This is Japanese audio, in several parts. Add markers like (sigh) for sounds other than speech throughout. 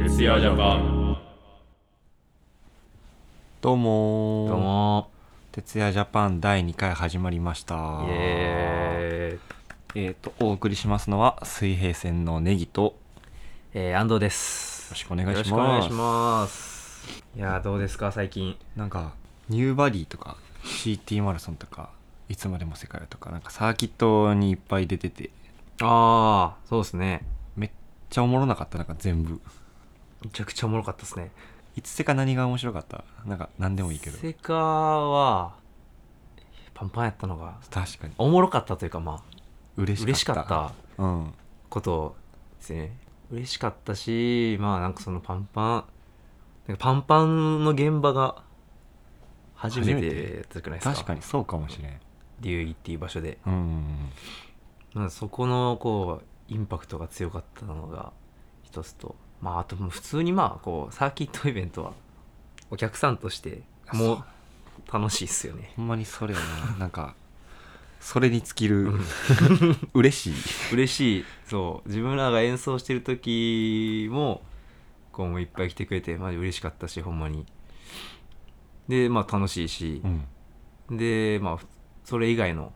ジャンがどうもーどうも徹夜ジャパン第2回始まりましたイエーイえーとお送りしますのは水平線のネギとよえー、安藤ですろしくお願いしよまろすしくお願いしますいやーどうですか最近なんかニューバディとか CT マラソンとかいつまでも世界とかなんかサーキットにいっぱい出ててああそうですねめっちゃおもろなかったなんか全部めちゃくちゃおもろかったですねいつせか何が面白かったなんか何でもいいけどセカはパンパンやったのが確かにおもろかったというかまあ嬉しかった嬉しかったたうんことですね嬉しかったしまあなんかそのパンパンなんかパンパンの現場が初め初めてじゃないですか確かにそうかもしれん流儀っていう場所でうんうんうんなんかそこのこうインパクトが強かったのが一つとまああともう普通にまあこうサーキットイベントはお客さんとしてあもそう楽しいっすよねほんまにそれやななんかそれに尽きうるん (laughs) 嬉しい嬉しいそう自分らが演奏してる時もこうもういっぱい来てくれてまあ嬉しかったしほんまにでまあ楽しいしう、んでまあふそれ以外の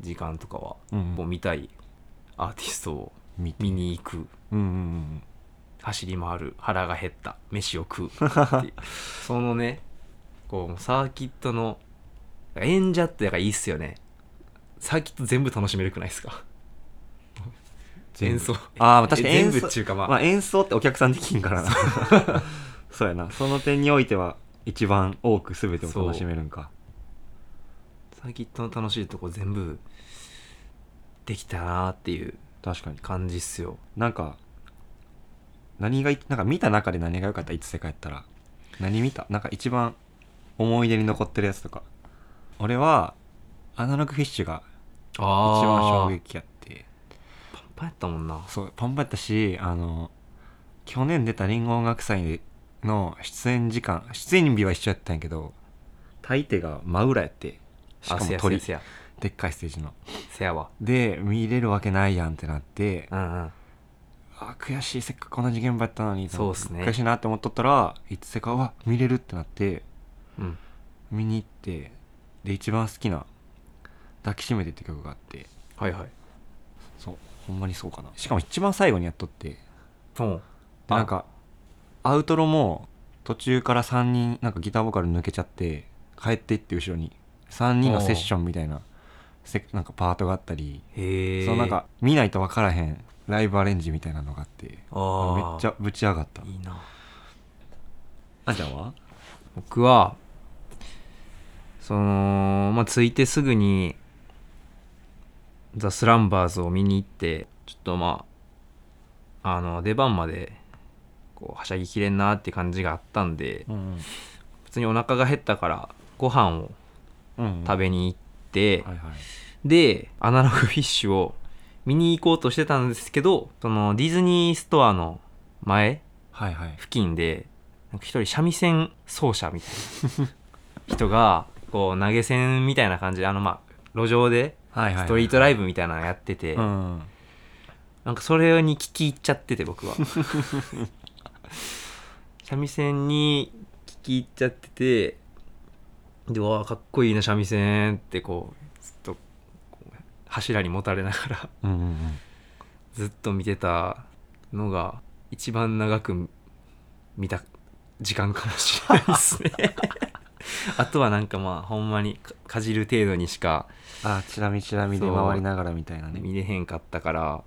時間とかはうんこう見たいアーティストを見て見に行くうんうんうん走り回る腹が減った飯を食う (laughs) っていうそのねこうサーキットの演者ってやっぱいいっすよねサーキット全部楽しめるくないですか全部演奏ああ確かに全演部奏っちゅうかまあ、まあ演奏ってお客さんできんから (laughs) なそうやなその点においては一番多く全てを楽しめるんかサーキットの楽しいとこ全部できたなーっていう確かに感じっすよなんか何がいなんか見た中で何が良かったいつ世界やったら何見たなんか一番思い出に残ってるやつとか俺はアナログフィッシュが一一番衝撃撃やってパンパンやったもんなそうパンパンやったしあの去年出たリンゴ音楽祭の出演時間出演日は一緒やったんやけど大抵が真裏やってしかあもせやせ鳥やせやでっかいステージのせやわで見れるわけないやんってなってうんうんあー悔しいせっかく同じ現場やったのにそうっすね悔しいなって思っとったらいつせかは見れるってなってうん見に行ってで一番好きな「抱きしめて」って曲があってはいはいそうほんまにそうかなしかも一番最後にやっとってうんでなんかアウトロも途中から3人なんかギターボーカル抜けちゃって帰っていって後ろに3人のセッションみたいなせなんかパートがあったり、へえそのなんか見ないと分からへんライブアレンジみたいなのがあってあめーっちゃぶち上がったいいなあんちゃんは僕はそのまあ着いてすぐにザ・スランバーズを見に行ってちょっとまああの出番までこうはしゃぎきれんなって感じがあったんでうん普通にお腹が減ったからご飯をうん食べに行って、はいはいでアナログフィッシュを見に行こうとしてたんですけどそのディズニーストアの前はいはい付近でなんか一人三味線奏者みたいな (laughs) 人がこう投げ銭みたいな感じであのまあ路上ではいはいストリートライイブみたいなのやってて、うんなんかそれに聞き入っちゃって (laughs) て僕は三味線に聞き入っちゃっててでうわあかっこいいな三味線ってこうずっとこう柱にもたれながらうんうんうんずっと見てたのが一番長く見た時間かもしれないですね (laughs) あとはなんかまあほんまにかかじる程度にしかあーチラ見チラ見でそう回りながらみたいなね見れへんかったから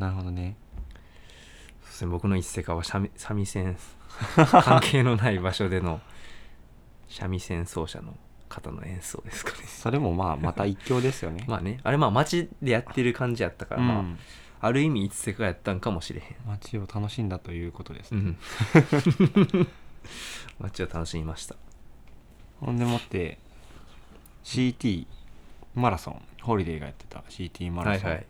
なるほどねそうですね僕の一世界は三味三味線関係のない場所での三味線奏者の方の演奏ですかね (laughs) それもまあ (laughs) また一興ですよねまあねあれまあ街でやってる感じやったから、うまんあ、ある意味一世界やったんかもしれへん街を楽しんだということですうね、ん (laughs) 街を楽しみましたほんでもって CT マラソンホリデーがやってた CT マはラいソン、はい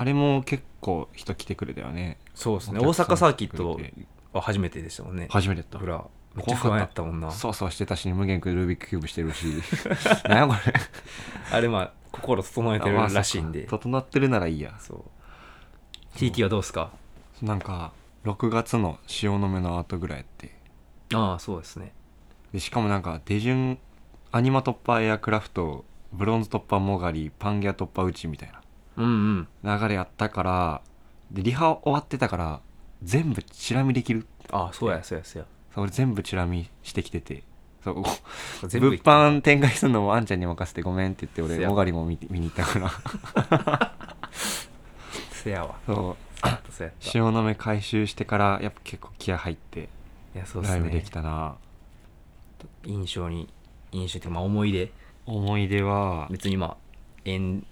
あれも結構人来てくれたよねそうですねお客大さん阪サーキッ来トてくれては初めてでしたもんね初めてだっほたらめっちゃ不安やったもんなそうそうしてたし無限くルービックキューブして (laughs) るしなんやこれあれまあ心整えてるあまあらしいんでそっか整ってるならいいやそう TT はどうですかなんか6月の汐留の後ぐらいやってああそうですねでしかもなんか手順アニマ突破エアクラフトブロンズ突破モガリパンギャ突破ウチみたいうんうんな流れやったからでリハ終わってたから全部チラ見できるああそうやそうやそうそう俺全部チラ見してきててそうや全部物行った販展開するのもあんちゃんに任せてごめんって言ってせ俺やモガリも見て見に行った (laughs) からせやわそうそうやったい汐留回収してからやっぱ結構気合入ってやそうでラすイブでねきたな、印象に印象っていうかまあ思い出思い出は別にまあ演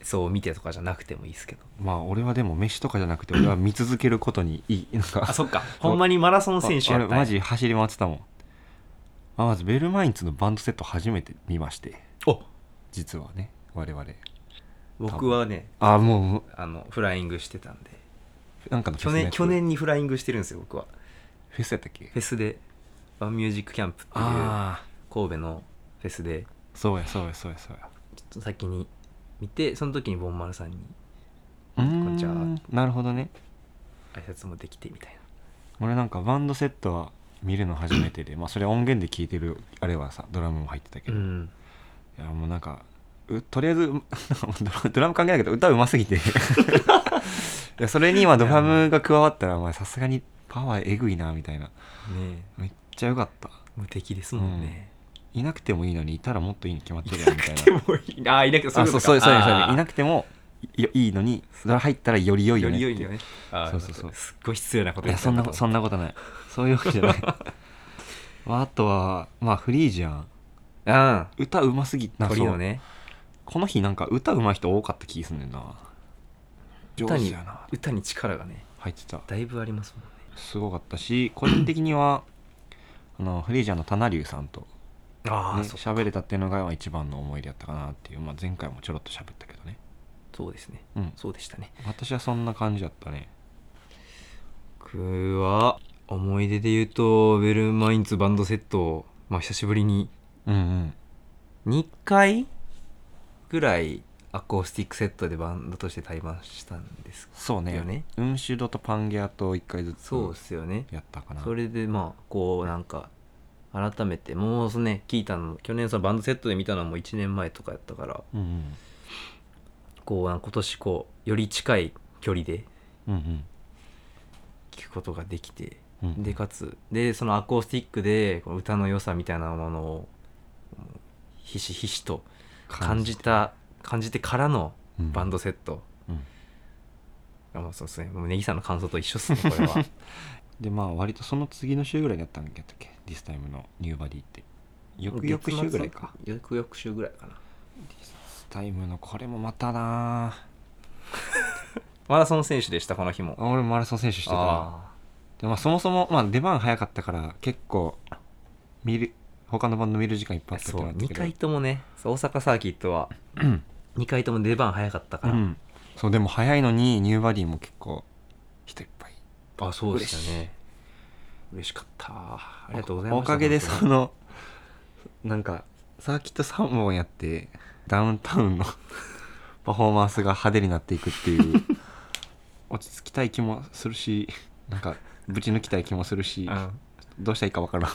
奏を見てとかじゃなくてもいいですけどまあ俺はでも飯とかじゃなくて俺は見続けることにいいなんかあそっかほんまにマラソン選手あやっ俺たんやマジ走り回ってたもんあまずベルマインツのバンドセット初めて見ましてお実はね我々僕はねあもうもうあのフライングしてたんでなんかのフ去ェスの年やつ去年にフライングしてるんですよ僕はフェスやったっけフェスでワンミュージックキャンプっていうああ神戸のフェスでそうやそうやそうやそうやちょっと先に見てその時にボンマルさんにうーんこんにちはなるほどね挨拶もできてみたい俺なんかバンドセットは見るの初めてでまあそれ音源で聴いてるあれはさドラムも入ってたけなど、ういんやもうなんかうとりあえず (laughs) うドラドラム関係ないけど歌うます (laughs) ぎていやそれに今ドラムが加わったらお前さすがにパワーえぐいなみたいなねえめっちゃ良かった無敵ですもんね、いなくてもいいのにいたらもっといいに決まってるやんみたいな (laughs) でもいいなあいなくてあそうそうそうそういなくくてもいいいいのにそれ入ったらより良いよよねりって良いよねあーそうそうそうすっごい失礼なこといやそんなことそんなことないそういうわけじゃない (laughs) まああとはまあフリージゃんうん歌うますぎな鳥そのうねこの日なんか歌うまい人多かった気すんねんな上歌手にやな歌に力がね入ってただいぶありますもんねすごかったし個人的には (clears throat) あのフリージャーの棚龍さんとあねあ、そう喋、れたっていうのが一番の思い出やったかなっていう、まあ、前回もちょろっと喋ったけどねそうですねうんそうでしたね私はそんな感じだったね僕は思い出で言うとベルマインツバンドセットを、まあ、久しぶりにうんうん2回ぐらいアコースティックセットでバンドとして対バンしたんですそうねよねウンシュドとパンゲアと1回ずつそうですよねやったかなそれでまあこうなんか改めてもうね聞いたの去年そのバンドセットで見たのはもう1年前とかやったからうんうんこうなんか今年こうより近い距離でうんうん聞くことができてうんうんでかつでそのアコースティックでこの歌の良さみたいなものをうんひしひしと感じた感じてからのうんバンドセット、うんあもうそうですねもうネギさんの感想と一緒 (laughs) っすねこれはでまあ割とその次の週ぐらいにやったんだっけディスタイムのニューバディって翌々週ぐらいか翌々週ぐらいかなディスタイムのこれもまたなマラソン選手でしたこの日もあ俺もマラソン選手してたなあで、まあ、そもそも、まあ、出番早かったから結構見る他のバンド見る時間いっぱーいあったってそなうった2けど回ともねそう大阪サーキッ (clears throat) トは2回とも出番早かったから、うん、そうでも早いのにニューバディも結構人いっぱいあそうでしたね嬉しかったありがとうございまおすかげでそのなんかサーキット3本やってダウンタウンの (laughs) パフォーマンスが派手になっていくっていう (laughs) 落ち着きたい気もするしなんかぶち抜きたい気もするしうんどうしたらいいかわからん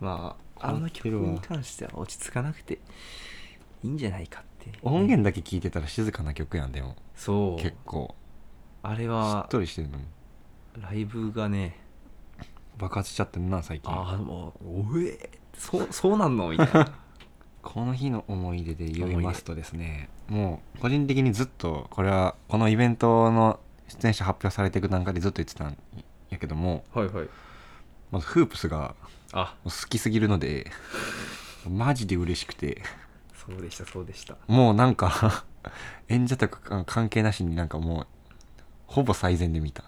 まあ、ああのの曲曲にに関しては落ち着かなくていいんじゃないかって。音源だけ聴いてたら静かな曲やんでもそう。結構あれしっは、とりしてるのにライブがね、爆発しちゃってんな最近ああ、もう、おえそう、そうなんのみたい (laughs) な。この日の思い出で言いますとですねもう個人的にずっとこれはこのイベントの出演者発表されていく段階でずっと言ってたんやけどもはいはい。まずフープスがあ、もう好きすぎるので (laughs) マジで嬉しくてそうでした、そうでした。もうなんか (laughs) 演者とか関係なしになんかもうほぼ最善で見た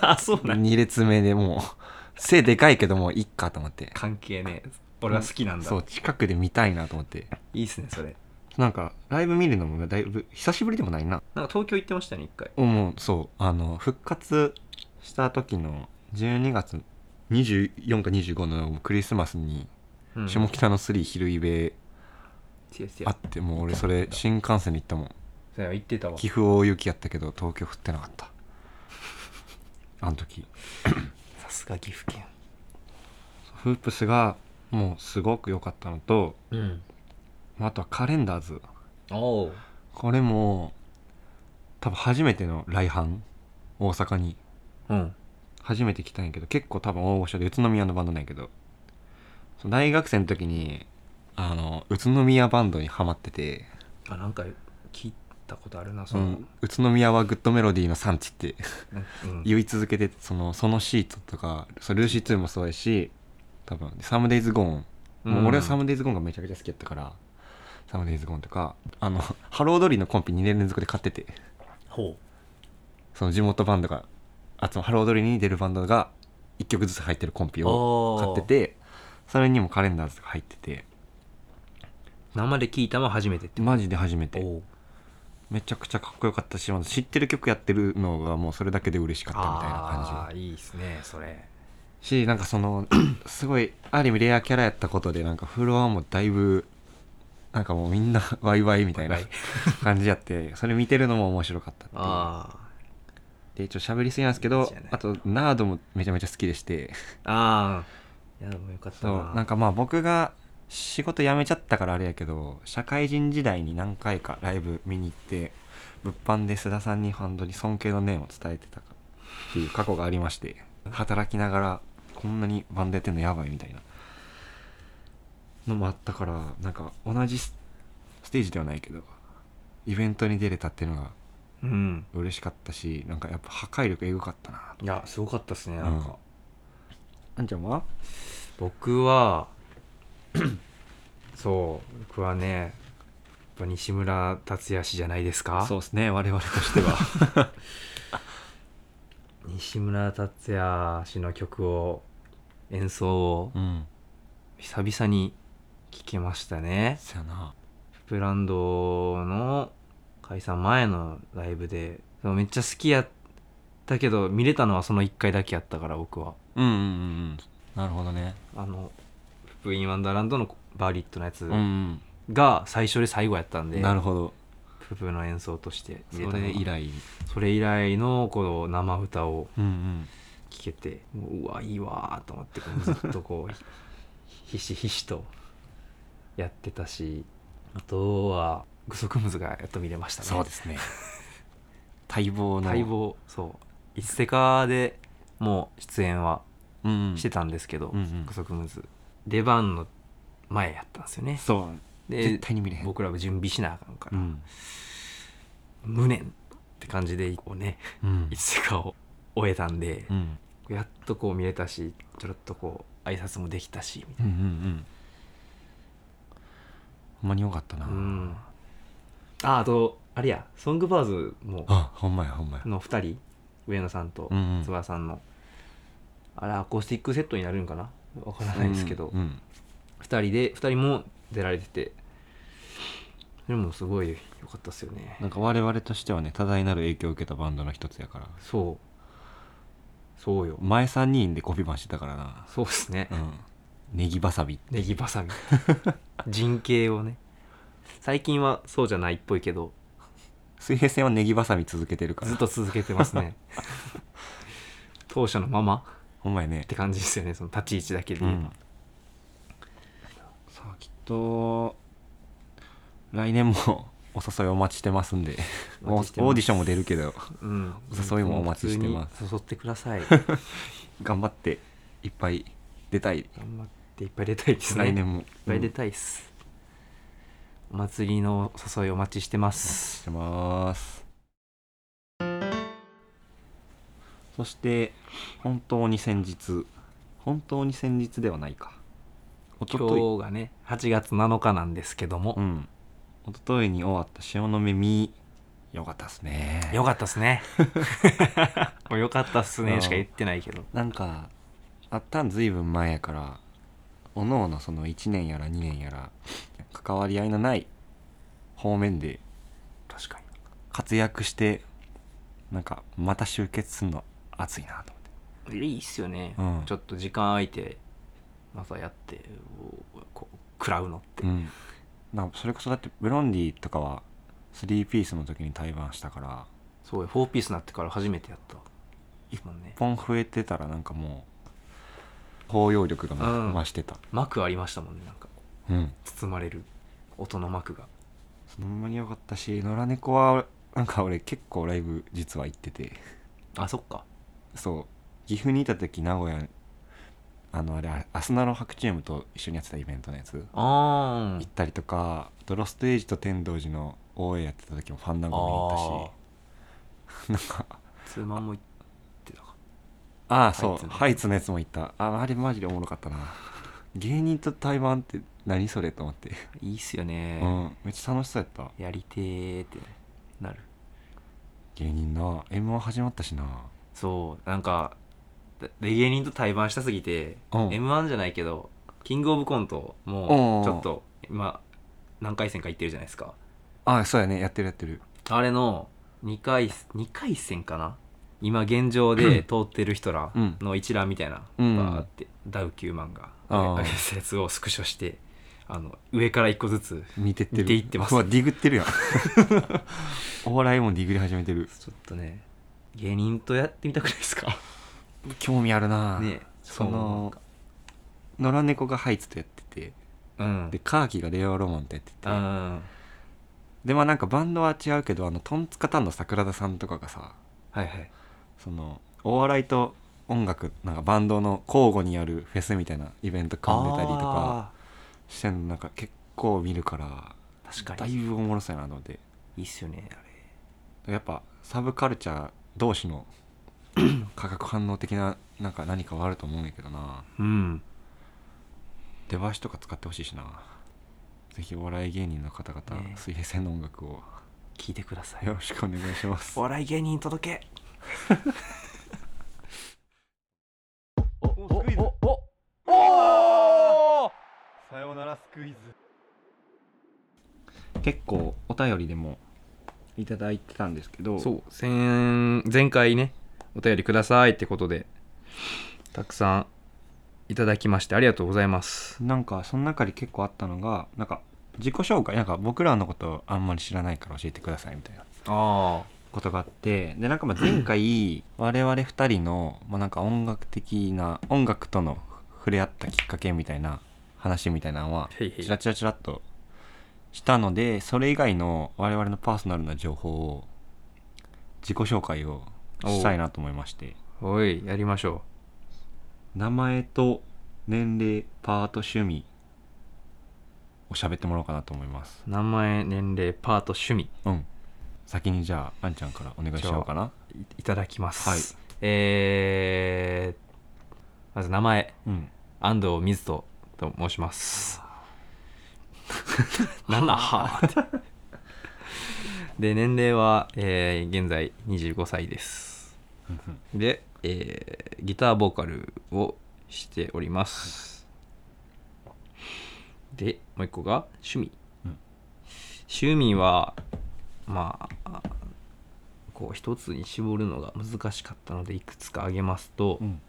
あ、 (laughs) そうなん2列目でもう背でかいけどもういっかと思って関係ねえ。俺は好きなんだ。そう近くで見たいなと思っていいっすね、それ。なんかライブ見るのもだいぶ久しぶりでもないななんか東京行ってましたね、一回。もうそうあの復活した時の12月24か25のクリスマスにうん下北の3昼イベ違う違うあってもう俺それ新幹線に行ったもんそうや行ってたわ。岐阜大雪やったけど東京降ってなかったあの時 (coughs) さすが岐阜県フープスがもうすごく良かったのとうんあとはカレンダーズおうこれも多分初めての来阪大阪にうん初めて来たんやけど結構多分大御所で宇都宮のバンドなんやけどその大学生の時にあの宇都宮バンドにハマってて、あなんか聞いたことあるなうその、ん、宇都宮はグッドメロディーの産地って (laughs) うん言い続けてそのそのシートとかそのルーシー2もそうやし多分サムデイズゴーンもう俺はサムデイズゴーンがめちゃくちゃ好きやったから、サムデイズゴーンとかあの (laughs) ハロードリーのコンピ2年連続で買っててほその地元バンドがあそのハロードリーに出るバンドが1曲ずつ入ってるコンピうをお買ってててそれにもカレンダーズが入ってて生で聞いたのは初めてってマジで初めておうめちゃくちゃかっこよかったしまず知ってる曲やってるのがもうそれだけで嬉しかったみたいな感じああーいいですねそれしなんかその (clears throat) すごいある意味レアキャラやったことでなんかフロアもだいぶなんかもうみんなワイワイみたいなワイワ感じやってそれ見てるのも面白かったっていうあでちょっと喋りすぎなんですけどじゃあねあとナードもめちゃめちゃ好きでしてあああいやでもよかったそうななんかまあ僕が仕事辞めちゃったからあれやけど社会人時代に何回かライブ見に行って物販で須田さんに本当に尊敬の念を伝えてたかっていう過去がありまして働きながらこんなにバンドやってんのやばいみたいなのもあったからなんか同じスステージではないけどイベントに出れたっていうのがうん嬉しかったしなんかやっぱ破壊力エグかったないやすごかったですねなんか、うんあんちゃんは僕は (clears throat) そう僕はねやっぱ西村達也氏じゃないですかそうですね我々としては西村達也氏の曲を演奏を (laughs) うん久々に聴けましたねそやなプランドの解散前のライブででもめっちゃ好きやったけど見れたのはその1回だけやったから僕はうんうんうんうんなるほどねあの「ププインワンダーランド」のバーリットのやつうん、が最初で最後やったんで、なるほどププの演奏としてそ見れたのがれ以来それ以来のこの生歌をうんうん聴けてもううわいいわーと思ってこうずっとこう (laughs) ひひしひしとやってたしあとはグソクムズがやっと見れましたねそうですね (laughs) 待望の待望そう「いつせか」でもう出演はうんしてたんですけど、うんうんグソクムズ出番の前やったんですよねそうで絶対に見れへん僕らも準備しなあかんかうら、ん、無念って感じでこうねうんいつせかを終えたんでう、んやっとこう見れたしちょろっとこう挨拶もできたしみたういんうんうんほんまによかったな、なうんああとあれやソングバーズもあほんまやほんまやの2人上野さんとうんうん津和さんの、あれアコースティックセットになるんかなわからないですけど、うんうん二人で2人も出られててでもすごい良かったっすよねなんか我々としてはね多大なる影響を受けたバンドの一つやからそうそうよ前3人でコピーバンしてたからなそうっすねうんネギバサビネギバサミ人形をね最近はそうじゃないっぽいけど水平線はネギバサミ続けてるからずっと続けてますね当初のままほんまやねって感じですよねその立ち位置だけでう言えば、ん、さあきっと来年も (laughs) お誘いお待ちしてますんでおオ待ちしてますーディションも出るけどうんお誘いもお待ちしてます普通に誘ってください頑張っていっぱい出たい頑張っていっぱい出たいです (laughs) ね来いっ年もいっぱい出たいっす、お祭りのお誘いお待ちしてますしてますそして本当に先日本当に先日ではないかおととい今日がね8月7日なんですけどもう、ん一昨日に終わった潮の耳よかったっすねよかったっす (laughs) ねもうよかったっすねしか言ってないけどなんかあったんずいぶん前やからおのおのその1年やら2年やら関わり合いのない方面で確かに活躍してなんかまた集結するの熱いなといいっすよね、うんちょっと時間空いてまたやってこう食らうのって、思って、うん、なんかそれこそだってブロンディとかは3ピースの時に対バンしたからそうや4ピースになってから初めてやったですもんね本増えてたらなんかもう包容力がまうん増してた幕ありましたもんねなんかうん包まれる音の幕がそのままに良かったし野良猫はなんか俺結構ライブ実は行っててあそっかそう岐阜にいた時名古屋あのあれあアスナロ白チームと一緒にやってたイベントのやつあ行ったりとかあとロストエイジと天童寺の OA やってた時もファンダンあゴ見に行ったあし (laughs) なんかツーマンも行ってたかああそうハイツのハイツのやつも行ったああれマジでおもろかったな芸人と対バンって何それと思って、いいっすよね、うんめっちゃ楽しそうやったやりてーってなる芸人な m 1始まったしなそうなんかで芸人と対バンしたすぎて、うん m 1じゃないけどキングオブコントうもんちょっと今何回戦か行ってるじゃないですかああそうやねやってるやってるあれの2回2回戦かな今現状で通ってる人らうんの一覧みたいな、うんバーってダウ9万があー上げたやつをスクショしてあの上から1個ずつ見てってる見ていってますうわディグってるやん (laughs) お笑いもディグり始めてるちょっとね芸人とやってみたくないですか興味あるなねその野良猫がハイツとやっててうんでカーキがレオロマンとやっててうんでまあなんかバンドは違うけどあのトンツカタンの桜田さんとかがさはいはいそのお笑いと音楽なんかバンドの交互にやるフェスみたいなイベント組んでたりとかしてんのなんか結構見るからあー確かだいにぶおもろそうやなのでいいっすよねあれやっぱサブカルチャー同士の (coughs) 化学反応的ななんか何かはあると思うんやけどなうん出囃子とか使ってほしいしなぜひお笑い芸人の方々、ね水平線の音楽を聞いてくださいよろしくお願いしますお笑い芸人に届けおおおおおおさようならスクイズ結構お便りでもいただいてたんですけどそう先前回ねお便りくださいってことでたくさんいただきましてありがとうございますなんかその中で結構あったのがなんか自己紹介なんか僕らのことあんまり知らないから教えてくださいみたいなあことがあってでなんかまあ前 (clears throat) 回我々2人の、まあ、なんか音楽的な音楽との触れ合ったきっかけみたいな話みたいなのはへいへいチラチラチラっとしたのでそれ以外の我々のパーソナルな情報を自己紹介をしたいなと思いましてあおいやりましょ名前と年齢パート趣味を喋ってもらおうかなと思いますう名前年齢パート趣味うん先にじゃああんちゃんからお願いしようかないいただきます、はいえー、まず名前うん安藤水人と申します (laughs) なんだはあって (laughs) で年齢は、えー現在25歳ですで、えーギターボーカルをしております、でもう一個が趣味、うん趣味はまあこう一つに絞るのが難しかったのでいくつか挙げますと、うん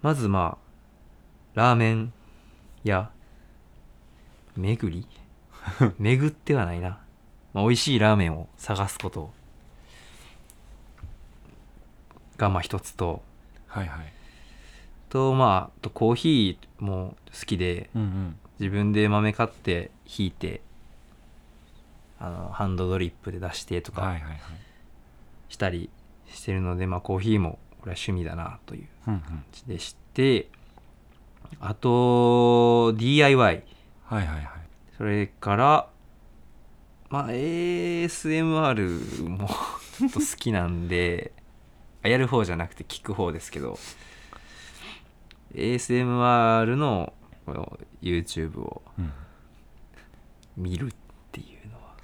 まずまあラーメン屋巡 (laughs) り巡ってはないな、まあ、美味しいラーメンを探すことがまあ一つとはいはいとまああとコーヒーも好きでうんうん自分で豆買ってひいてあのハンドドリップで出してとはいかはいはいしたりしてるので、まあコーヒーもこれは趣味だなといううんうん感じでしてあと DIY はいはいはいそれから、まあ、ASMR も (laughs) ちょっと好きなんで、あやる方じゃなくて聞く方ですけど、ASMR のこの YouTube をうん見るっていうのは、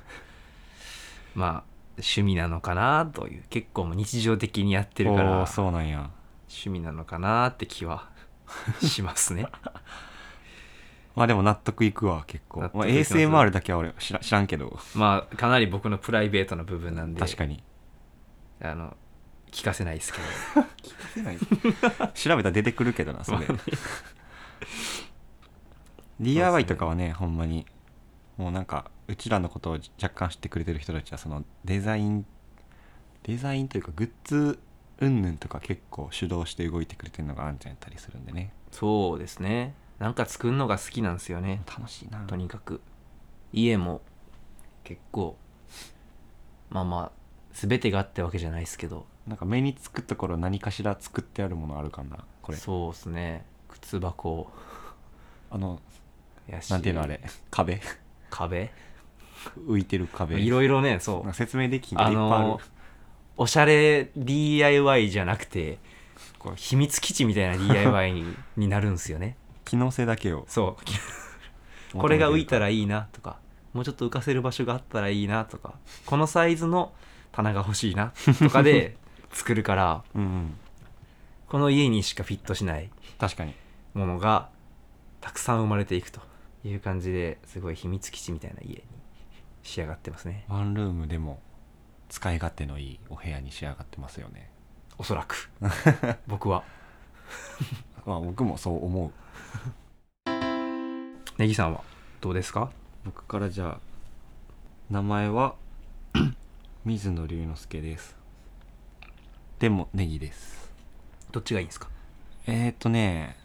まあ、趣味なのかなという、結構もう日常的にやってるかおーら、そうなんや趣味なのかなって気は (laughs) しますね。まあでも納得いくわ結構納ま得あ、いきます ASMR だけは俺知ら知らんけどまあ、かなり僕のプライベートな部分なんで、確かにあの、聞かせないですけど。調べたら出てくるけどな (laughs) それ DIY とかはねほんまにもうなんかうちらのことを若干知ってくれてる人たちはそのデザインデザインというかグッズうんぬんとか結構主導して動いてくれてるのがあんちゃんやったりするんでねそうですねなんか作るのが好きなんですよね楽しいなとにかく家も結構まあまあ全てがあってわけじゃないですけどなんか目につくところ何かしら作ってあるものあるかなこれそうですね靴箱あのやしなんていうのあれ壁壁浮いてる壁いろいろねなそんうか説明できんがあいっぱいある、のおしゃれ DIY じゃなくてこう秘密基地みたいな DIY にになるんですよね機能性だけをそうこれが浮いたらいいなとかもうちょっと浮かせる場所があったらいいなとかこのサイズの棚が欲しいなとかで (laughs) 作るからうん、うん、この家にしかフィットしない確かにものがたくさん生まれていくという感じですごい秘密基地みたいな家に仕上がってます (laughs) ねワンルームでも使い勝手のいいお部屋に仕上がってますよねおそら (laughs) く僕はまあ僕もそう思うネギさんはどうですか僕からじゃあ名前は (clears throat) 水野龍之介ですでもネギですどっちがいいんですかえー、っとね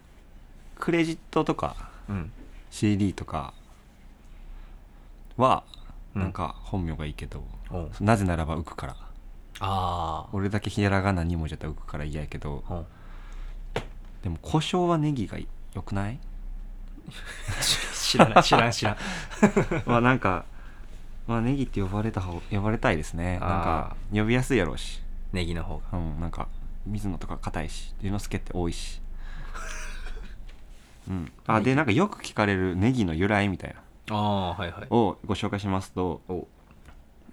クレジットとかうん、 CD とかはうんなんか本名がいいけど、おうなぜならば浮くからあ俺だけひらがな2文字だったら浮くから嫌やけどあおうでも故障はネギが良くない (laughs) 知らない知らん知らん (laughs) まあなんかまあネギって呼ばれた方呼ばれたいですねなんか呼びやすいやろうしネギの方がうんなんか水野とか硬いし龍之介って多いしうんあでなんかよく聞かれるネギの由来みたいなああはいはいをご紹介しますとお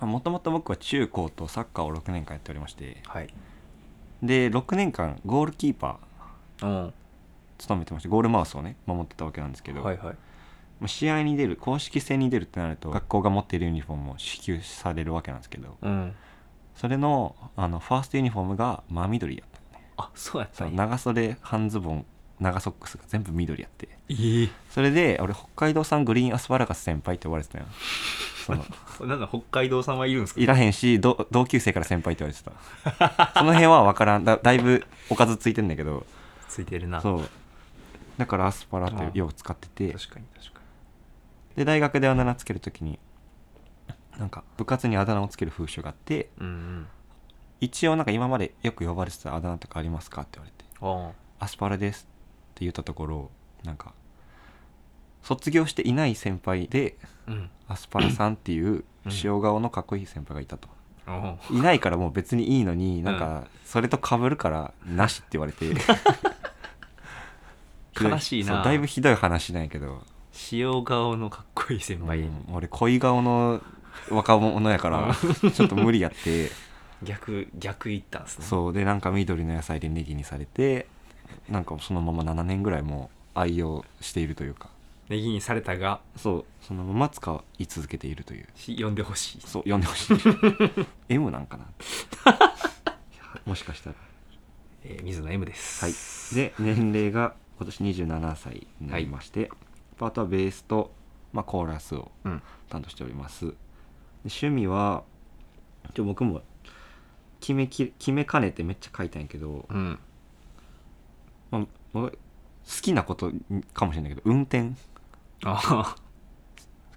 もともと僕は中高とサッカーを6年間やっておりましてはいで6年間ゴールキーパーうん務めてましてゴールマウスをね守ってたわけなんですけど、はいはいまあ試合に出る公式戦に出るってなると学校が持っているユニフォームも支給されるわけなんですけどうんそれのあのファーストユニフォームが真緑やったのねあそうやっそたうんや長袖半ズボン長ソックスが全部緑やってええそれで俺北海道産グリーンアスパラガス先輩って呼ばれてたよそ (laughs) のなんだ北海道さんはいるんですかいらへんしど同級生から先輩って言われてた (laughs) その辺は分からんだだいぶおかずついてんだけどついてるなそうだからアスパラってよく使ってて確かに確かで大学であだ名つけるときになんか部活にあだ名をつける風習があってにうん一応なんか今までよく呼ばれてたあだ名とかありますかって言われてうんあ「あアスパラです」って言ったところなんか卒業していない先輩でうんアスパラさんっていううん塩顔のかっこいい先輩がいたと、あいないからもう別にいいのになんかそれと被るからなしって言われて (laughs) 悲しいなそうだいぶひどい話なんやけど塩顔のかっこいい先輩、うん俺恋顔の若者やからちょっと無理や (laughs) って逆逆いったんですねうそうでなんか緑の野菜でネギにされてなんかそのまま7年ぐらいもう愛用しているというかネギにされたがそうそのまま使い続けているというし呼んでほしいそう読んでほ (laughs) しい M なん (laughs) かなもしかしたらえー、水野 M ですはい、で年齢が今年27歳になりまして、パートはベースと、まあ、コーラスをうん担当しておりますで趣味はちょ僕も決めき決めかねてめっちゃ書いたんやけど、うんまあ、僕好きなことかもしれないけど運転ああ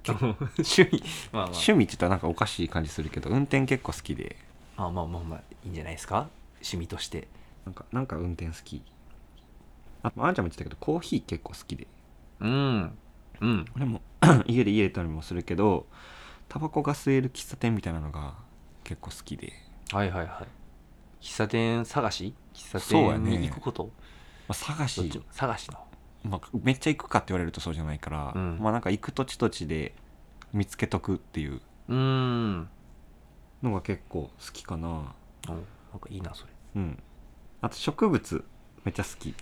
趣味まあまあ趣味って言ったらなんかおかしい感じするけど運転結構好きでまあまあまあまあいいんじゃないですか趣味としてなんかなんか運転好きああんちゃんも言ってたけどコーヒー結構好きでうんうん俺も (clears throat) 家で入れたりもするけどタバコが吸える喫茶店みたいなのが結構好きで、はいはいはい喫茶店探し喫茶そうや店ねに行くこと、まあ、探どっしちも探しのまあ、めっちゃ行くかって言われるとそうじゃないから、うんまあなんか行く土地土地で見つけとくっていううーんのが結構好きかなおなんかいいなそれうんあと植物めっちゃ好き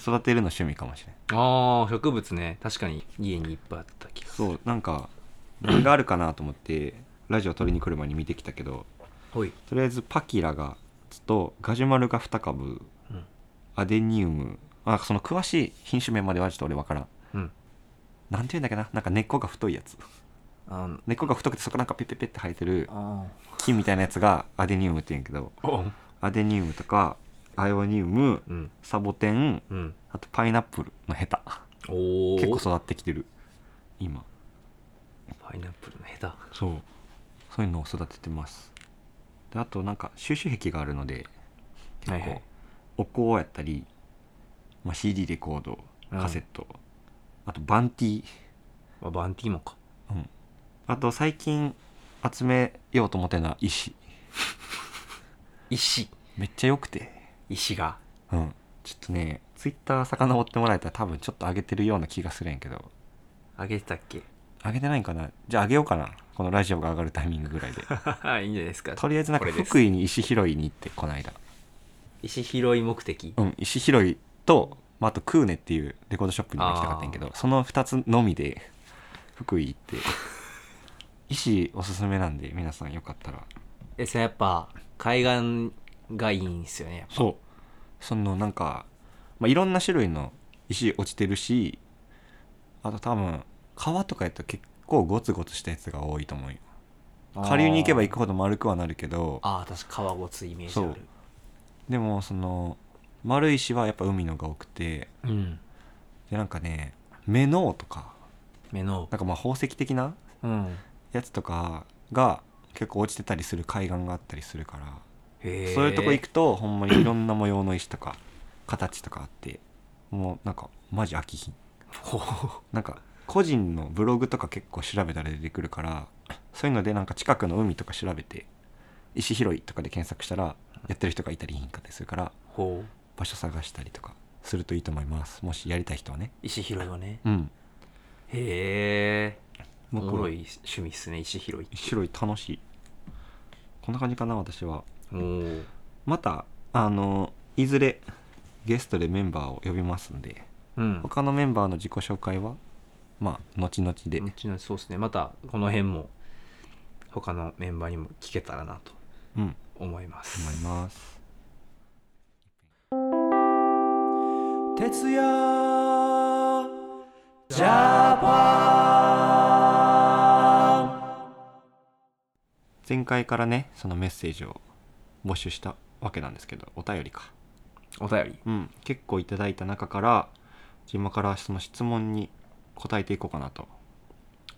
育てるの趣味かもしれないああ植物ね確かに家にいっぱいあった気がするそうなんか何があるかなと思ってラジオ撮りに来る前に見てきたけどほいとりあえずパキラがとガジュマルが2株うんアデニウムあその詳しい品種名まではちょっと俺分からんうんなんていうんだっけななんか根っこが太いやつあの根っこが太くてそこなんかペペペって生えてるあ木みたいなやつがアデニウムって言うんやけどあアデニウムとかアイオニウムうんサボテンうんあとパイナップルのヘタおお結構育ってきてる今パイナップルのヘタそうそういうのを育ててますであとなんか収集癖があるので結構、はいはいお香やったり、まあ、CD レコードうんカセット、あとバンティー、まあバンティーもかうん、あと最近集めようと思ってるのは石石めっちゃ良くて石がうんちょっとねツイッター遡ってもらえたら多分ちょっと上げてるような気がするんやけどあげてたっ (laughs) け上げてないんかなじゃあ上げようかなこのラジオが上がるタイミングぐ (laughs) らいでいいんじゃないですかとりあえずなんかこれです福井に石拾いに行ってこの間石拾い目的うん、石拾いと、まあ、あとクーネっていうレコードショップにも行きたかったんやけどその2つのみで福井行って石おすすめなんで皆さんよかったらえそれやっぱ海岸がいいんですよねやっぱそうそのなんか、まあ、いろんな種類の石落ちてるしあと多分川とかやったら結構ゴツゴツしたやつが多いと思うよ下流に行けば行くほど丸くはなるけどあーあー確か川ごついイメージあるでもその丸い石はやっぱ海のが多くてうんでなんかねメノウとか目のなんかまあ宝石的なうんへやつとかが結構落ちてたりする海岸があったりするから、えそういうとこ行くとほんまにいろんな模様の石とか形とかあってもうなんかマジ飽きひんほほほなんか個人のブログとか結構調べたら出てくるからそういうのでなんか近くの海とか調べて石拾いとかで検索したらやってる人がいたりいんかったりするからほう場所探したりとかするといいと思いますもしやりたい人はね石拾いはねうんへえお僕もろはい趣味っすね石拾いって石拾い楽しいこんな感じかな私はおおまたあのいずれゲストでメンバーを呼びますんでうん他のメンバーの自己紹介はまあ後々でうちのそうですねまたこの辺も他のメンバーにも聞けたらなとうん思います思います徹夜ジャパン前回からねそのメッセージを募集したわけなんですけどお便りかお便りうん結構いただいた中から今からその質問に答えていこうかなと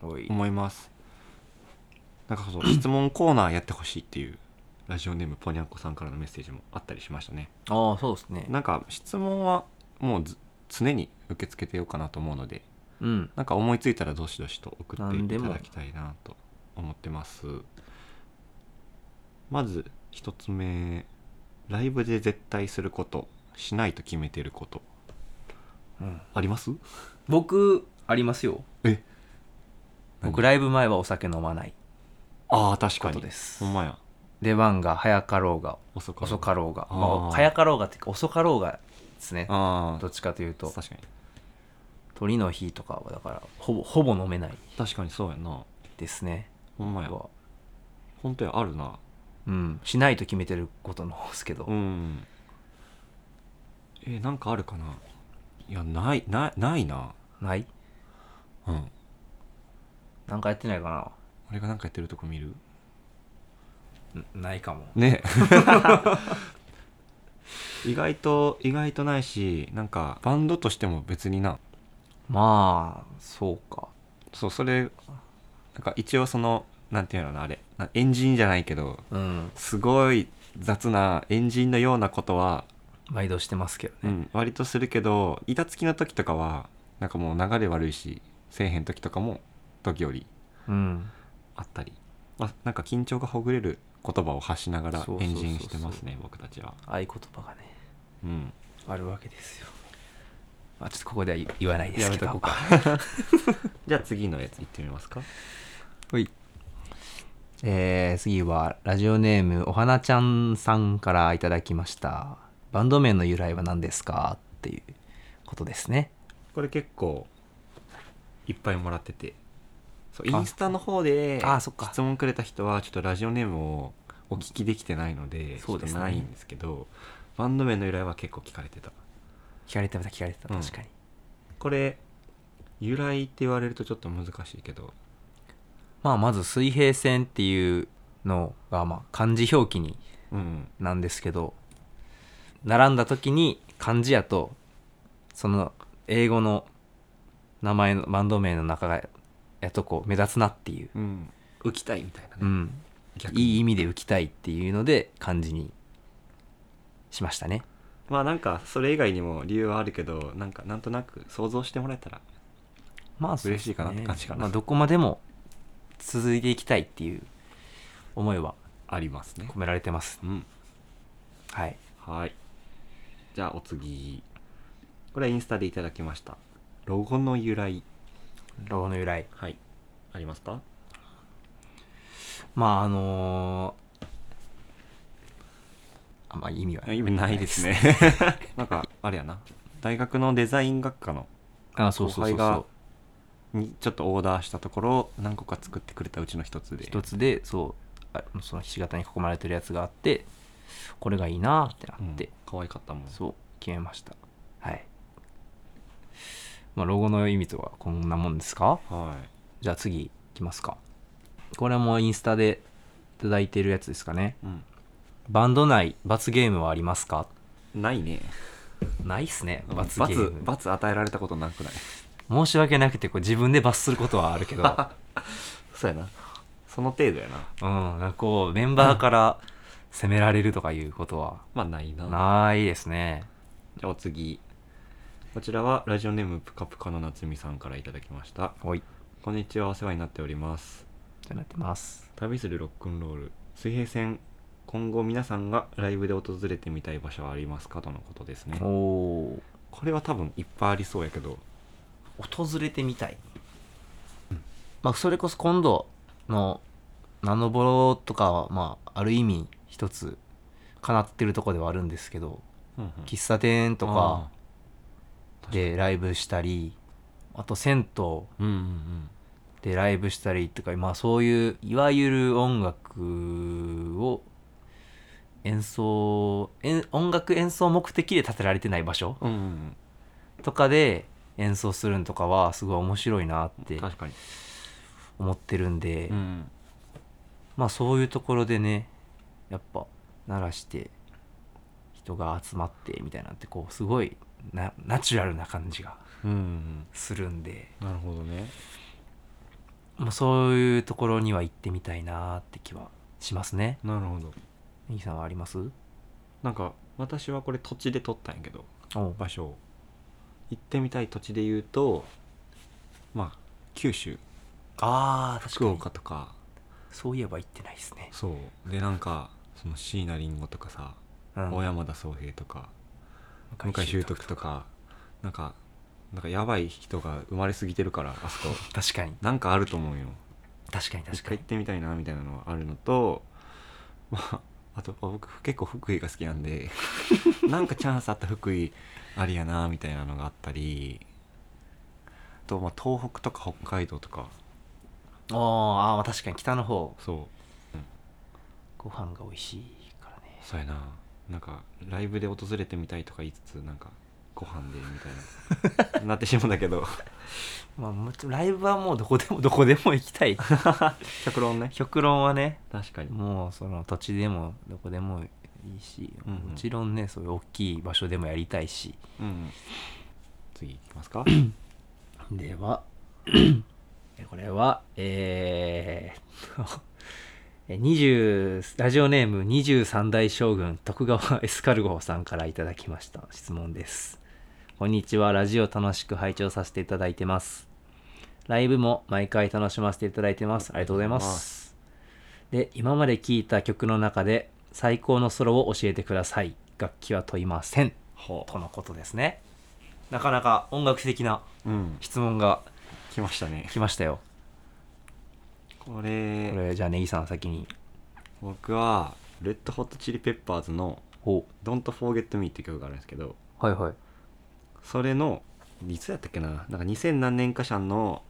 おい思いますなんかそう質問コーナーやってほしいっていうラジオネームぽにゃんこさんからのメッセージもあったりしましたねああそうですねなんか質問はもうず常に受け付けてようかなと思うのでうんなんか思いついたらどしどしと送って何いでたもだきたいなと思ってますまず一つ目ライブで絶対することしないと決めてることうんあります僕ありますよえ僕ライブ前はお酒飲まないああ確かことにですほんまや出番が早かろうが遅か遅かろうがあーまあ早かろうがっていうか遅かろうがですねああどっちかというと確かに鳥の日とかはだからほぼほぼ飲めない確かにそうやなですねほんまや僕は本当やあるなうんしないと決めてることの方ですけど、うんえーなんかあるかないやないないないなないうんなんかやってないか俺がなんかやってるとこ見るなんないかもね (laughs) 意外と意外とないしなんかバンドとしても別になまあそうかそうそれなんか一応そのなんていうのかなあれなエンジンじゃないけどうんすごい雑なエンジンのようなことは、毎度してますけどうね、ん、割とするけど板付きの時とかはなんかもう流れ悪いしせえへん時とかも時折うん、あったり、まあ、なんか緊張がほぐれる言葉を発しながらそうそうエそうンそうジンしてますね僕たちは、合言葉がねうん、あるわけですよまあちょっとここでは言言わないですやめけとどこうか (laughs) じゃあ次のやついってみますかはいえー次はラジオネームお花ちゃんさんからいただきましたバンド名の由来は何ですかっていうことですねこれ結構いっぱいもらっててそうイあンスタの方であそっか質問くれた人はちょっとラジオネームをお聞きできてないのでそうでちすねょっとないんですけどバンド名の由来は結構聞かれてた聞かれてまた聞かれてたうん確かに、これ由来って言われるとちょっと難しいけどまあまず水平線っていうのがまあ漢字表記にうんなんですけど並んだ時に漢字やとその英語の名前のバンド名の中がやとこう目立つなっていう、うん浮きたいみたいなね、うん、逆にいい意味で浮きたいっていうので漢字にしましたねまあなんかそれ以外にも理由はあるけどなんかなんとなく想像してもらえたらまあそうで嬉すしいかなって感じかなまあ、どこまでも続いていきたいっていう思いはありますね込められてますうんはいはいじゃあお次これはインスタでいただきましたロゴの由来ロゴの由来はいありますかまああのーあんま意味は意味ないですね (laughs) なんかあれやな大学のデザイン学科のあそうそうそ後輩うがそにちょっとオーダーしたところ何個か作ってくれたうちの一つうで一つでそうあそのひし形に囲まれてるやつがあってこれがいいなーってなうんって、可愛かったもんそう決めましたはいまあロゴの意味とはこんなもんですかはいじゃあ次いきますかこれもインスタでいただいてるやつですかねうん、バンド内罰ゲームはありますかないねないっすね罰罰ゲーム罰与えられたことなくない申し訳なくてこう自分で罰することはあるけどうん (laughs) そうやなその程度やななんかこうメンバーから責められるとかいうことはまあないなないですねじゃあお次こちらはラジオネームぷかぷかの夏美さんからいただきましたおいこんにちはお世話になっておりますじゃなってます旅するロックンロール水平線今後皆さんがライブで訪れてみたい場所はありますかとのことですねおおこれは多分いっぱいありそうやけど訪れてみたい、まあ、それこそ今度のナノボロとかはまあある意味一つかなってるとこではあるんですけど喫茶店とかでライブしたりあと銭湯うんうんうんでライブしたりとかまあそういういわゆる音楽を演奏えん音楽演奏目的で建てられてない場所うんうんとかで演奏するんとかはすごい面白いなっうんて確かに思ってるんで、うんまあそういうところでねやっぱ鳴らして人が集まってみたいなんてこうすごいなナチュラルな感じがうんうんするんで、なるほどねまあ、そういうところには行ってみたいなって気はしますね。なるほどミキさんはありますなんか私はこれ土地で撮ったんやけどお場所を行ってみたい土地で言うとまあ九州ああ確か福に岡とかそういえば行ってないですね。そうでなんかその椎名林檎とかさうん小山田宗平とか向井昔習秀得徳とかなんかなんかやばい人が生まれすぎてるからあそこ確かになんかあると思うよ確かに一確か回に行っ。てみたいなみたいなのはあるのとまああと僕結構福井が好きなん (laughs) でなんかチャンスあった福井ありやなみたいなのがあったりあとまあ東北とか北海道とかあーあー確かに北の方そうご飯が美味しいからね。そうやななんかライブで訪れてみたいとか言いつつなんかご飯でみたい (laughs) ななってしまうんだけどまあもちろんライブはもうどこでもど (laughs) こでも行きたい。 (laughs) 極論ね極論はね確かにもうその土地でもどこでもいいし、うんうんもちろんねそういう大きい場所でもやりたいしうんうん、次いきますかではこれはえー (laughs) っと20ラジオネーム23代将軍徳川 (laughs) エスカルゴさんからいただきました質問ですこんにちはラジオ楽しく拝聴させていただいてますライブも毎回楽しませていただいてますありがとうございますで今まで聴いた曲の中で最高のソロを教えてください楽器は問いませんほとのことですねなかなか音楽的なう、うん、質問が来ましたね来ましたよここれれじゃあネギさん先に僕はレッドホットチリペッパーズのお「Don't Forget Me」っていう曲があるんですけどはいはいそれのいつやったっけななんか2000何年かしゃんの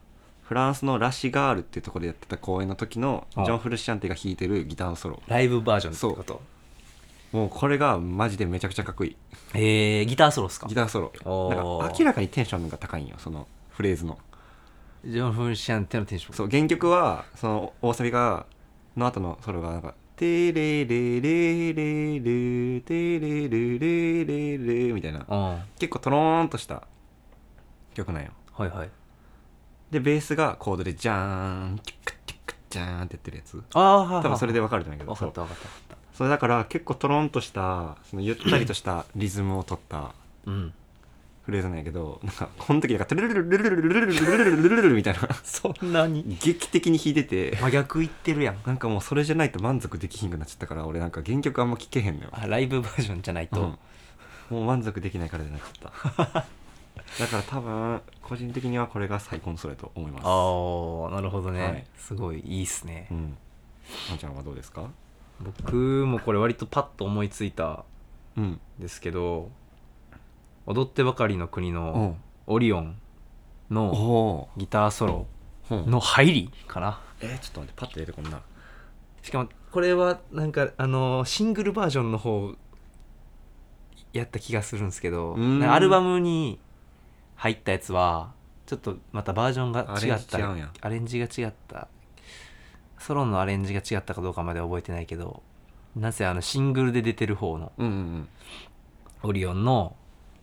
フランスのラシガールっていうところでやってた公演の時のジああョン・フルシアンテが弾いてるギターのソロライブバージョンってこともうこれがマジでめちゃくちゃかっこいいえー、ギターソロっすかギターソロおーなんか明らかにテンションが高いんよそのフレーズのジョン・フルシアンテのテンションそう原曲はその大サビがの後のソロがなんかテレレレレレテレレレレレみたいなあ結構トローンとした曲なんよあはいはいでベースがコードでジャーンキュックキュックジャーンってやってるやつああ多分それでわかると思うんやけど分かそっうた分かったそれだから結構トロンとしたそのゆったりとしたリズムを取ったうんフレーズなんやけどなんかこの時なんかトゥルルルルルルルルルルルルルルルルルみたいなそんなに劇的に弾いてて真逆言ってるやんなんかもうそれじゃないと満足できひんくなっちゃったから俺なんか原曲あんま聴けへんのよ、あライブバージョンじゃないと、うんもう満足できないからじゃなかっただから多分個人的にはこれが最高のそれと思いますああなるほどね、はいすごいいいっすね、うんあんちゃんはどうですか僕もこれ割とパッと思いついたうんんですけど「踊ってばかりの国」おのうオリオンおのおギターソロううんの入りかなえー、ちょっと待ってパッと出てこんなしかもこれはなんかあのシングルバージョンの方やった気がするんですけどうーんアルバムに入ったやつはちょっとまたバージョンが違ったアレンジ違うんやアレンジが違ったソロのアレンジが違ったかどうかまで覚えてないけどなぜあのシングルで出てる方のうんうんオリオンの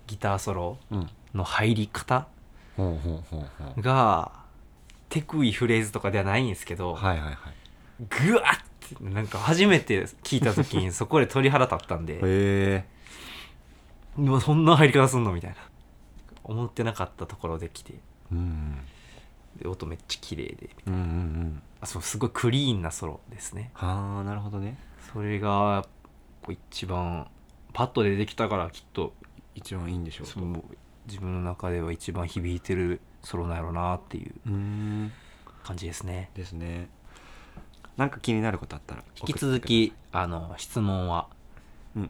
ギターソロうんうんの入り方ほうほうほうほうがテクイフレーズとかではないんですけど、はいはいはいグワッてなんか初めて聞いた時にそこで鳥肌立ったんでへえうわそんな入り方すんのみたいな思ってなかったところで来てうんで音めっちゃ綺麗でうんうんうんあそうすごいクリーンなソロですねああなるほどねそれがこう一番パッと出てきたからきっと一番いいんでしょうその自分の中では一番響いてるソロなんやろうなっていううーん感じですねですねなんか気になることあったら引き続きあの質問は、うん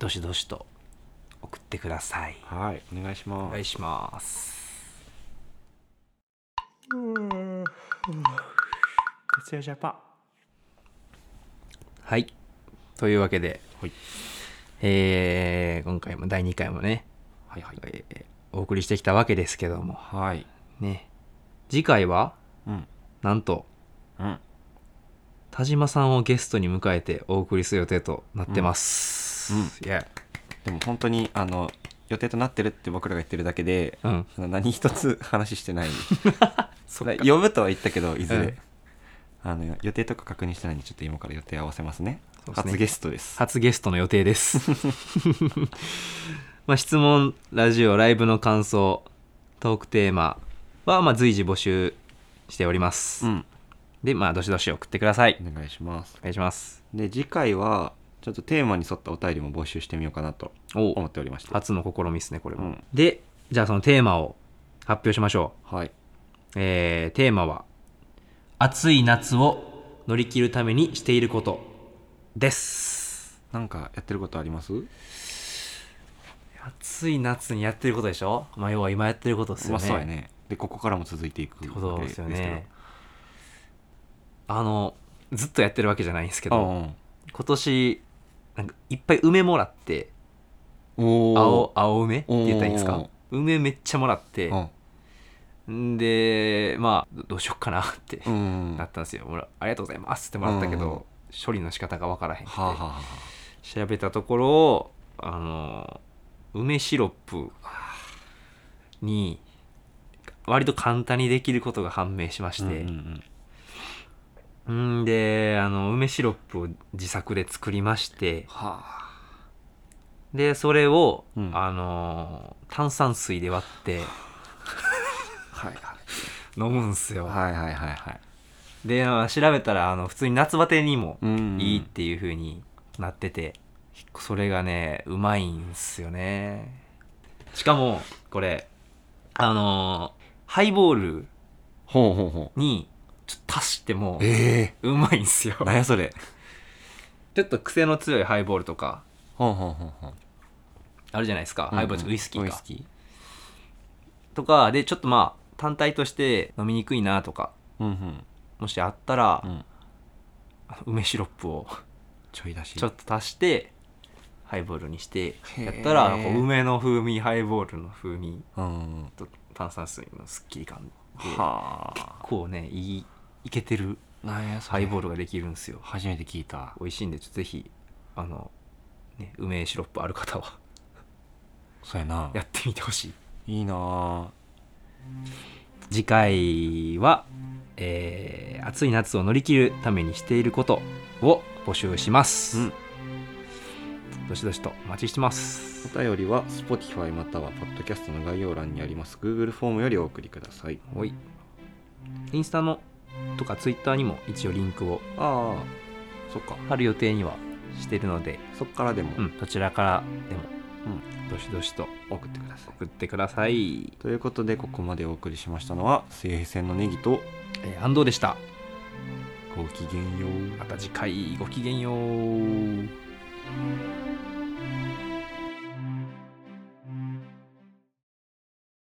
どしどしと送ってくださいはいお願いしおます願いします徹夜ジャパンはいというわけで、はいえー今回も第2回もね、はいはいえーお送りしてきたわけですけどもはいね次回はうんなんとうん田島さんをゲストに迎えてお送りする予定となってます、うんうんいやでも本当にあの予定となってるって僕らが言ってるだけでうんあの何一つ話してないそだから呼ぶとは言ったけどいずれ、うんあの予定とか確認してないんでちょっと今から予定合わせますねそうですね初ゲストです初ゲストの予定です (laughs) まあ質問ラジオライブの感想トークテーマはまあ随時募集しております、うんでまあどしどし送ってくださいお願いしますお願いしますで次回はちょっとテーマに沿ったお便りも募集してみようかなとお思っておりまして初の試みですねこれも、うんでじゃあそのテーマを発表しましょ、はいうえーテーマは「暑い夏を乗り切るためにしていること」ですなんかやってることあります暑い夏にやってることでしょまあ要は今やってることですよね,、まあそうやねでここからも続いていくことですよわけけどねあのずっとやってるわけじゃないんですあけど今年なんかいっぱい梅もらってうんおー青青梅って言ったらいいんですおかー梅めっちゃもらってうんんでまあどどうしよっかなってうんなったんですよ、もらありがとうございますってもらったけど、処理の仕方が分からへんくてはあ、はあは調べたところあの梅シロップに割と簡単にできることが判明しまあ、して、うんうんんであの梅シロップを自作で作りましてはあでそれを、うんあのー炭酸水で割ってはい飲むんすよ、はいはいはいはいでまあ調べたらあの普通に夏バテにもうんいいっていう風になってて、それがねうまいんすよねしかもこれあのーハイボールほうほうほうにちょっと足してもえうまいんすよえなんやそれちょっと癖の強いハイボールとかほうほうほうほうあるじゃないですか、うんうんハイボールとかウイスキーかウイスキーとかでちょっとまあ単体として飲みにくいなとかうんうんもしあったら、うんあの梅シロップを (laughs) ちょい出しちょっと足してハイボールにしてへやーったらこう梅の風味ハイボールの風味うんうんと炭酸水のすっきり感ではあこうねいいいけてるなんやそれハイボールができるんですよ初めて聞いた美味しいんでちょっとぜひあのね梅シロップある方はそうやなやってみてほしいいいなあ次回は、えー暑い夏を乗り切るためにしていることを募集します、うんどしどしとお待ちしてますお便りは Spotify または Podcast の概要欄にあります Google フォームよりお送りくださいおいインスタのとかツイッターにも一応リンクをああそっか貼る予定にはしてるので、そっからでもうん、どちらからでも、うどしどしと送ってください、送ってください、ということでここまでお送りしましたのは水平線のネギとえー安藤でしたごきげんようまた次回ごきげんよう